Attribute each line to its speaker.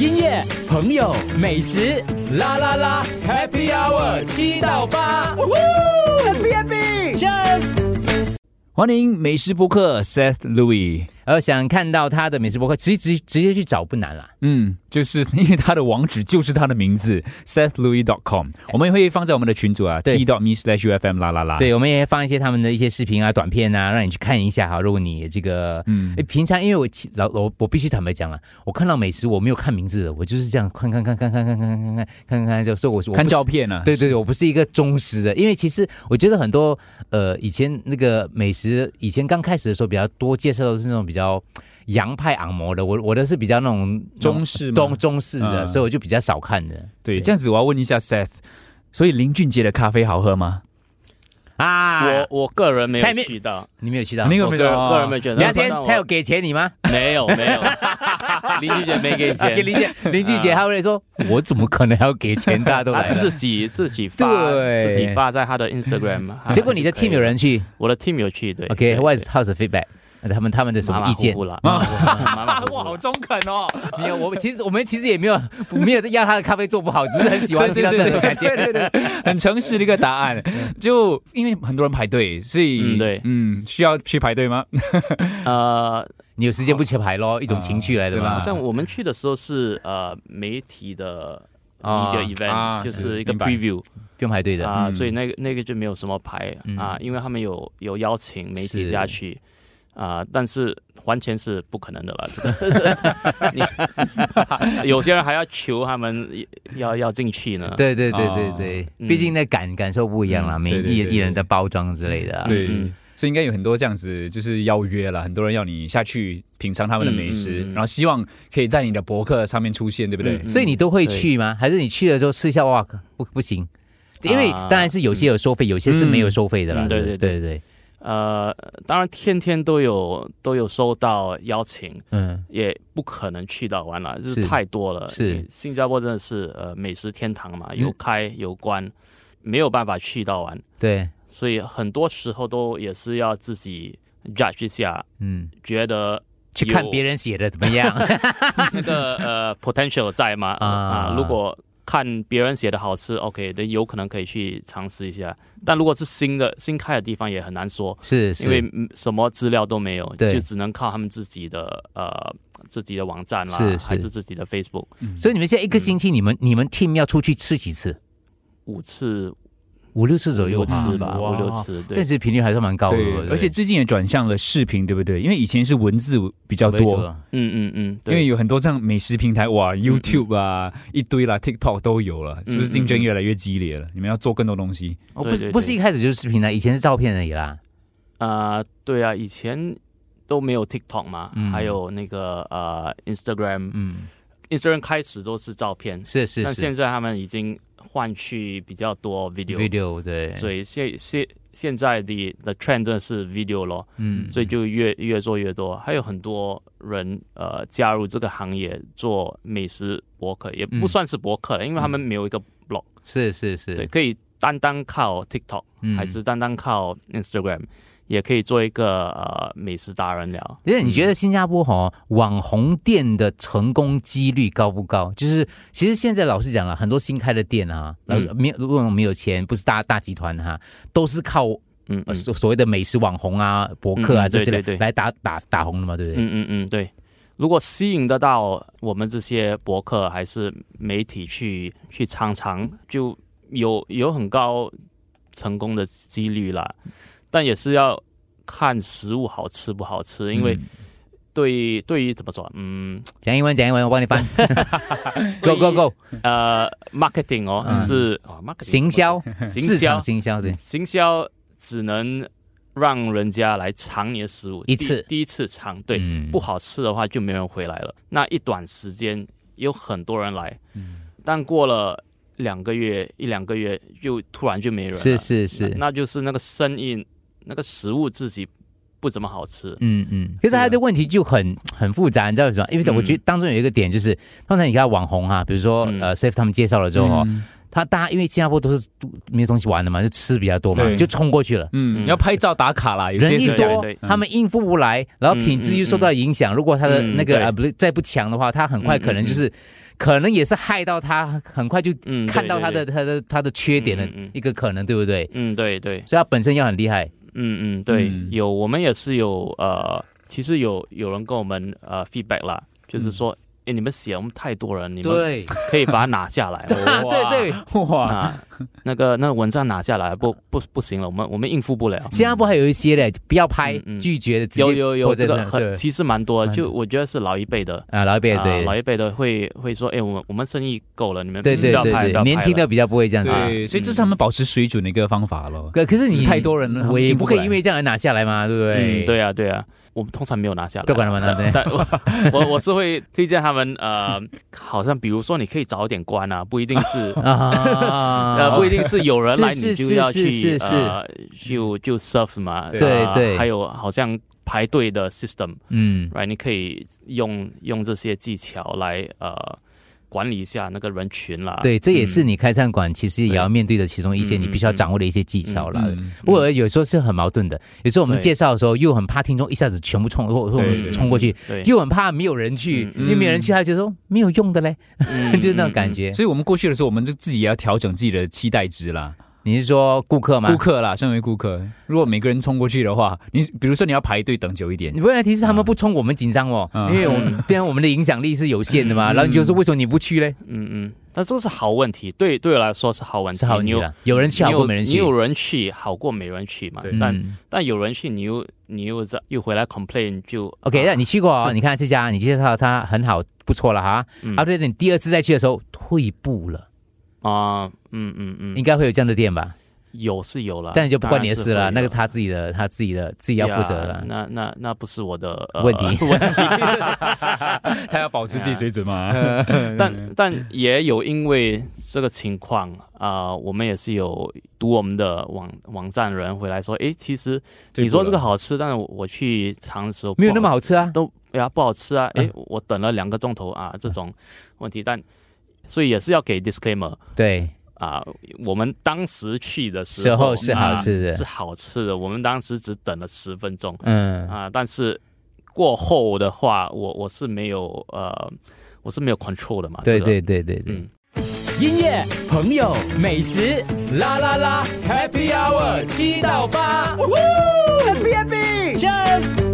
Speaker 1: 音乐、朋友、美食，啦啦啦，Happy Hour 七到八，Happy Happy，Cheers！欢迎美食博客 Seth Louis，
Speaker 2: 呃，想看到他的美食博客，直直直接去找不难啦。
Speaker 1: 嗯，就是 因为他的网址就是他的名字 Seth Louis dot com，我们也会放在我们的群组啊
Speaker 2: 对
Speaker 1: ，t dot me slash ufm 啦啦啦，
Speaker 2: 对，我们也放一些他们的一些视频啊、短片啊，让你去看一下哈。如果你这个，嗯，平常因为我其老我我必须坦白讲了，我看到美食我没有看名字的，我就是这样看看看看看看看看看看看看，就说我我
Speaker 1: 看
Speaker 2: 不是
Speaker 1: 照片啊，
Speaker 2: 对对，对，我不是一个忠实的，因为其实我觉得很多呃，以前那个美食，以前刚开始的时候比较多介绍的是那种比较洋派昂摩的，我我的是比较那种
Speaker 1: 中式吗
Speaker 2: 中中式的，
Speaker 1: 嗯
Speaker 2: 所以我就比较少看的
Speaker 1: 对，这样子我要问一下 Seth，所以林俊杰的咖啡好喝吗？
Speaker 2: 啊。
Speaker 3: 我我个人没
Speaker 2: 太
Speaker 3: 有
Speaker 2: 没
Speaker 3: 去到，
Speaker 2: 你没有去到
Speaker 1: 那个
Speaker 3: 我
Speaker 1: 没
Speaker 3: 个
Speaker 1: 有
Speaker 3: 人
Speaker 1: 啊
Speaker 3: 个人没有去到。
Speaker 2: 梁先
Speaker 3: 但我
Speaker 2: 他有给钱你吗？
Speaker 3: 没有没有， 林俊杰没给
Speaker 2: 啊
Speaker 3: 钱，
Speaker 2: 给林姐，林俊杰他会说，我怎么可能还要给钱？大家都来
Speaker 3: 他
Speaker 2: 了。
Speaker 3: 自己自己发
Speaker 2: 对嗯
Speaker 3: 自己发在他的 Instagram 啊。
Speaker 2: 结果你的 team 有人去
Speaker 3: 我的 team 有去对。对对
Speaker 2: ，OK，what is how's the feedback？他们他们的什
Speaker 3: 马
Speaker 2: 么
Speaker 3: 马
Speaker 2: 意见
Speaker 3: 虎？虎啦马马虎虎马马
Speaker 1: 啊
Speaker 3: 虎虎
Speaker 1: 中肯 哦，
Speaker 2: 没有，我们其实我们其实也没有没有要他的咖啡做不好，只是很喜欢听到这种感觉。
Speaker 1: 对对对， 很诚实的一个答案。就因为很多人排队，所以
Speaker 3: 嗯对
Speaker 1: 嗯，需要去排队吗？
Speaker 3: 呃，
Speaker 2: 你有时间不切牌咯，一种情趣来的
Speaker 1: 啊
Speaker 3: 好
Speaker 2: 嘛
Speaker 1: 对。吧
Speaker 3: 像我们去的时候是呃媒体的
Speaker 2: 啊
Speaker 3: media event，、
Speaker 1: 啊
Speaker 3: 就是一个
Speaker 1: 明白
Speaker 3: preview
Speaker 2: 不用排队的，
Speaker 3: 啊、
Speaker 1: 嗯
Speaker 3: 所以那个那个就没有什么牌、
Speaker 2: 嗯
Speaker 3: 啊，因为他们有有邀请媒体
Speaker 2: 是
Speaker 3: 家去啊、但是还钱是不可能的了，这个 你有些人还要求他们要要进去呢。
Speaker 2: 对对对对
Speaker 1: 哦
Speaker 2: 对，
Speaker 3: 嗯
Speaker 2: 毕竟那感感受不一样啦，每
Speaker 1: 对对
Speaker 2: 艺
Speaker 1: 对
Speaker 2: 艺人
Speaker 1: 对
Speaker 2: 的包装之类的啊。
Speaker 1: 对，
Speaker 3: 嗯
Speaker 1: 所以应该有很多这样子，就是邀约了，很多人要你下去品尝他们的美食，
Speaker 3: 嗯嗯嗯
Speaker 1: 然后希望可以在你的博客上面出现，对不对？
Speaker 3: 嗯
Speaker 2: 所以你都会去吗？还是你去了之后吃一下哇，不不行？因为
Speaker 3: 啊
Speaker 2: 当然是有些有收费，有些是没有收费的啦。
Speaker 3: 嗯对
Speaker 2: 对
Speaker 3: 对
Speaker 2: 对对，
Speaker 3: 呃，当然天天都有都有收到邀请，
Speaker 2: 嗯，
Speaker 3: 也不可能去到完了，就是是太多了。
Speaker 2: 是
Speaker 3: 因为新加坡真的是呃美食天堂嘛，
Speaker 2: 嗯
Speaker 3: 有开有关，没有办法去到完，
Speaker 2: 对，
Speaker 3: 所以很多时候都也是要自己 judge 一下，
Speaker 2: 嗯，
Speaker 3: 觉得
Speaker 2: 去看
Speaker 3: 有
Speaker 2: 别人写的怎么样？
Speaker 3: 那个呃 potential 在吗？
Speaker 2: 啊
Speaker 3: 啊、如果看别人写的好吃，OK，那有可能可以去尝试一下。但如果是新的新开的地方，也很难说，
Speaker 2: 是是，
Speaker 3: 因为嗯什么资料都没有，
Speaker 2: 对
Speaker 3: 就只能靠他们自己的呃自己的网站啦，
Speaker 2: 是是
Speaker 3: 还是自己的 Facebook。
Speaker 2: 所以你们现在一个星期，你们你们 team 要出去吃几次？
Speaker 3: 五次
Speaker 2: 五六次左
Speaker 3: 五
Speaker 2: 右
Speaker 3: 六
Speaker 2: 吧
Speaker 3: 次吧，
Speaker 2: 哇
Speaker 3: 五六次，
Speaker 2: 这
Speaker 3: 对
Speaker 2: 其实频率还是蛮高的，对不对
Speaker 1: 而且最近也转向了视频，对不对？因为以前是文字比较
Speaker 2: 为主
Speaker 1: 多，
Speaker 2: 了
Speaker 3: 嗯嗯嗯，
Speaker 1: 因
Speaker 3: 对，嗯
Speaker 1: 为有很多这样美食平台，哇，YouTube 啊，一堆啦，TikTok 都有了，是不是竞争越来越激烈了？你们要做更多东西，
Speaker 2: 哦，
Speaker 3: 对
Speaker 2: 不是
Speaker 3: 对
Speaker 2: 不是一开始就是视频啦，以前是照片而已啦。
Speaker 3: 啊，对啊，以前都没有 TikTok 嘛
Speaker 2: 嗯，
Speaker 3: 还有那个呃 Instagram，Instagram
Speaker 2: 嗯，
Speaker 3: 开始都是照片，
Speaker 2: 是是
Speaker 3: 但
Speaker 2: 是
Speaker 3: 现在他们已经换去比较多 video，
Speaker 2: ，video 对，
Speaker 3: 所以现现现在的的 trend 真的是 video 咯，
Speaker 2: 嗯，
Speaker 3: 所以就越越做越多，还有很多人呃加入这个行业做美食博客，也
Speaker 2: 嗯
Speaker 3: 不算是博客了，因为他们没有一个 blog，
Speaker 2: 是是
Speaker 3: 对，
Speaker 2: 是，
Speaker 3: 可以单单靠 TikTok，
Speaker 2: 嗯
Speaker 3: 还是单单靠 Instagram，也可以做一个呃美食达人了。
Speaker 2: 因为你觉得新加坡哈、网红店的成功几率高不高？就是其实现在老实讲了，很多新开的店啊，老
Speaker 3: 嗯
Speaker 2: 实没有如果没有钱，不是大大集团哈、都是靠
Speaker 3: 嗯
Speaker 2: 呃
Speaker 3: 嗯
Speaker 2: 所所谓的美食网红啊、博客啊
Speaker 3: 嗯嗯
Speaker 2: 这些
Speaker 3: 对
Speaker 2: 来
Speaker 3: 对对
Speaker 2: 来打打打红的嘛，对不对？
Speaker 3: 嗯嗯嗯，对。如果吸引得到我们这些博客还是媒体去去尝尝，就有有很高成功的几率啦。但也是要看食物好吃不好吃，因为
Speaker 2: 嗯
Speaker 3: 对对于怎么说，嗯
Speaker 2: 讲英文讲英文，我帮你 翻，Go Go Go，
Speaker 3: 呃，marketing 哦、
Speaker 2: 嗯
Speaker 3: 是哦 marketing
Speaker 2: 行销
Speaker 3: 行
Speaker 2: 市场
Speaker 3: 销
Speaker 2: 行销对，
Speaker 3: 行销只能让人家来尝你的食物
Speaker 2: 一
Speaker 3: 第
Speaker 2: 次
Speaker 3: 第一次尝，对，
Speaker 2: 嗯
Speaker 3: 不好吃的话就没人回来了。那一短时间有很多人来，
Speaker 2: 嗯
Speaker 3: 但过了两个月一两个月就突然就没人了，
Speaker 2: 是是是
Speaker 3: 那，那就是那个生意那个食物自己不怎么好吃。
Speaker 2: 嗯嗯，可是他的问题就很很复杂，你知道为什么？
Speaker 3: 嗯
Speaker 2: 因为我觉得当中有一个点就是，通常你看网红啊，比如说、
Speaker 3: 嗯
Speaker 2: 呃 Safe 他们介绍了之后哦，
Speaker 1: 嗯
Speaker 2: 他大家因为新加坡都是没有东西玩的嘛，就吃比较多嘛，
Speaker 1: 对
Speaker 2: 就冲过去了。
Speaker 1: 嗯，要 拍照打卡啦，有些
Speaker 2: 人一
Speaker 1: 是这样
Speaker 2: 多
Speaker 3: 对对，
Speaker 2: 他们应付不来，然后品质又受到影响。如果他的
Speaker 3: 嗯
Speaker 2: 那个
Speaker 3: 对
Speaker 2: 啊，不是再不强的话，他很快可能就是，可能也是害到他，很快就
Speaker 3: 嗯，对
Speaker 2: 看到他的，他的他的缺点的
Speaker 3: 嗯嗯嗯
Speaker 2: 一个可能，对不对？
Speaker 3: 嗯，对对，
Speaker 2: 所以他本身要很厉害。
Speaker 3: 嗯嗯，对，
Speaker 1: 嗯
Speaker 3: 有我们也是有呃，其实有有人跟我们呃 feedback 啦，就是说，哎、你们写我们太多人，你
Speaker 2: 嗯
Speaker 3: 们
Speaker 2: 对，
Speaker 3: 可以把它拿下来。
Speaker 2: 啊 对对，
Speaker 1: 哇，
Speaker 3: 啊，那个那个文章拿下来不不不行了，我们我们应付不了。
Speaker 2: 新加坡还有一些嘞，不要拍
Speaker 3: 嗯，嗯
Speaker 2: 拒绝的，直接
Speaker 3: 有有有，
Speaker 2: 泼在
Speaker 3: 这个
Speaker 2: 身
Speaker 3: 很
Speaker 2: 对
Speaker 3: 其实蛮多的，
Speaker 2: 蛮
Speaker 3: 就我觉得是老一辈的，
Speaker 2: 啊，老一辈
Speaker 3: 啊
Speaker 2: 对
Speaker 3: 老一辈的会会说，哎，我们我们生意够了，你们
Speaker 2: 对
Speaker 3: 不
Speaker 2: 对
Speaker 3: 要
Speaker 2: 对
Speaker 3: 拍，不
Speaker 2: 对，
Speaker 3: 要
Speaker 2: 年
Speaker 3: 拍
Speaker 2: 轻
Speaker 3: 了嗯
Speaker 2: 的比较不会这样子。啊
Speaker 1: 对，所以这是他们保持水准的一个方法咯。
Speaker 3: 嗯
Speaker 2: 可可是你
Speaker 1: 太多人了他们
Speaker 2: 我也
Speaker 1: 应
Speaker 2: 不
Speaker 1: 付
Speaker 2: 可
Speaker 1: 不
Speaker 2: 以因
Speaker 1: 来
Speaker 2: 为这样而拿下来嘛，对不对？
Speaker 3: 嗯，，对啊，对啊，我们通常没有拿下来，
Speaker 2: 不要管他们了，对。。
Speaker 3: 但我我我是会推荐他们，呃，好像比如说你可以早点关啊，不一定是
Speaker 2: 啊
Speaker 3: 呃， 不一定是有人来
Speaker 2: 是
Speaker 3: 你
Speaker 2: 是
Speaker 3: 就要
Speaker 2: 是
Speaker 3: 去
Speaker 2: 是是嗯
Speaker 3: 呃，就就 surf 嘛，
Speaker 1: 对
Speaker 3: 呃
Speaker 2: 对
Speaker 3: 还有好像排队的 system，right？
Speaker 2: 嗯，
Speaker 3: 你可以用用这些技巧来呃管理一下那个人群啦。
Speaker 2: 对，这也是
Speaker 3: 嗯
Speaker 2: 你开餐馆其实也要面对的其中一些
Speaker 3: 嗯
Speaker 2: 你必须要
Speaker 3: 嗯
Speaker 2: 掌握的一些技巧啦。
Speaker 1: 嗯
Speaker 2: 不过有时候是很矛盾的，有时候我们
Speaker 3: 对
Speaker 2: 介绍的时候又很怕听众一下子全部冲，或或我
Speaker 1: 对
Speaker 2: 们
Speaker 1: 对
Speaker 2: 冲过去，
Speaker 3: 对，
Speaker 2: 又很怕没有人去，
Speaker 3: 嗯
Speaker 2: 因为没有人去，他就说没有用的嘞，
Speaker 3: 嗯
Speaker 2: 就是那种感。
Speaker 3: 嗯嗯
Speaker 2: 觉。
Speaker 1: 所以我们过去的时候，我们就自己也要调整自己的期待值啦。
Speaker 2: 你是说顾客吗？
Speaker 1: 顾客啦，身为顾客，如果每个人冲过去的话，你比如说你要排队等久一点
Speaker 2: 你，问题是他们不冲，我们紧张哦，
Speaker 1: 嗯
Speaker 2: 因为我们变成我们的影响力是有限的嘛。然后你就说为什么你不去嘞？
Speaker 3: 嗯嗯，但这是好问题，对对我来说是好问题。
Speaker 2: 是好啊你
Speaker 3: 有
Speaker 2: 了，有人去好
Speaker 3: 你
Speaker 2: 过
Speaker 3: 有
Speaker 2: 没人去
Speaker 3: 你。有人去好过没人去嘛
Speaker 1: 对？
Speaker 3: 但
Speaker 2: 嗯
Speaker 3: 但有人去，你又你又在又回来 complain 就
Speaker 2: OK，那
Speaker 3: 啊
Speaker 2: 你去过哦，你看这家你介绍它很好，不错了哈。
Speaker 3: 嗯
Speaker 2: 啊，对，你第二次再去的时候退步了，
Speaker 3: 啊，嗯嗯嗯
Speaker 2: 应，该会有这样的店吧？
Speaker 3: 有是有了，
Speaker 2: 但是就不关你的事了，
Speaker 3: 当
Speaker 2: 那
Speaker 3: 然
Speaker 2: 个
Speaker 3: 是
Speaker 2: 是他自己的，他自己的自己要
Speaker 3: 会有
Speaker 2: 负责
Speaker 3: 呀
Speaker 2: 了。
Speaker 3: 那那那不是我的呃
Speaker 2: 问题
Speaker 3: 问题，
Speaker 1: 他要保持自己水准嘛。
Speaker 3: 但但也有因为这个情况啊，我们也是有读我们的网网站人回来说，诶，其实
Speaker 1: 对
Speaker 3: 你说这个好吃，但是我我去尝的时候
Speaker 2: 没有那
Speaker 3: 不
Speaker 2: 么好吃啊，
Speaker 3: 都哎呀不好吃
Speaker 2: 嗯
Speaker 3: 啊，诶，我等了两个钟头啊，这种问题，但所以也是要给 disclaimer。
Speaker 2: 对，
Speaker 3: 啊，我们当时去的时
Speaker 2: 时
Speaker 3: 候
Speaker 2: 候是好吃
Speaker 3: 啊是
Speaker 2: 的，
Speaker 3: 好吃的。我们当时只等了十分钟
Speaker 2: 嗯，
Speaker 3: 啊，但是过后的话，我我是没有呃，我是没有 control 的嘛。
Speaker 2: 对
Speaker 3: 这个
Speaker 2: 对对对对。
Speaker 3: 嗯，
Speaker 1: 音乐、朋友、美食，啦啦啦，Happy Hour 七到八，Happy Happy，Cheers。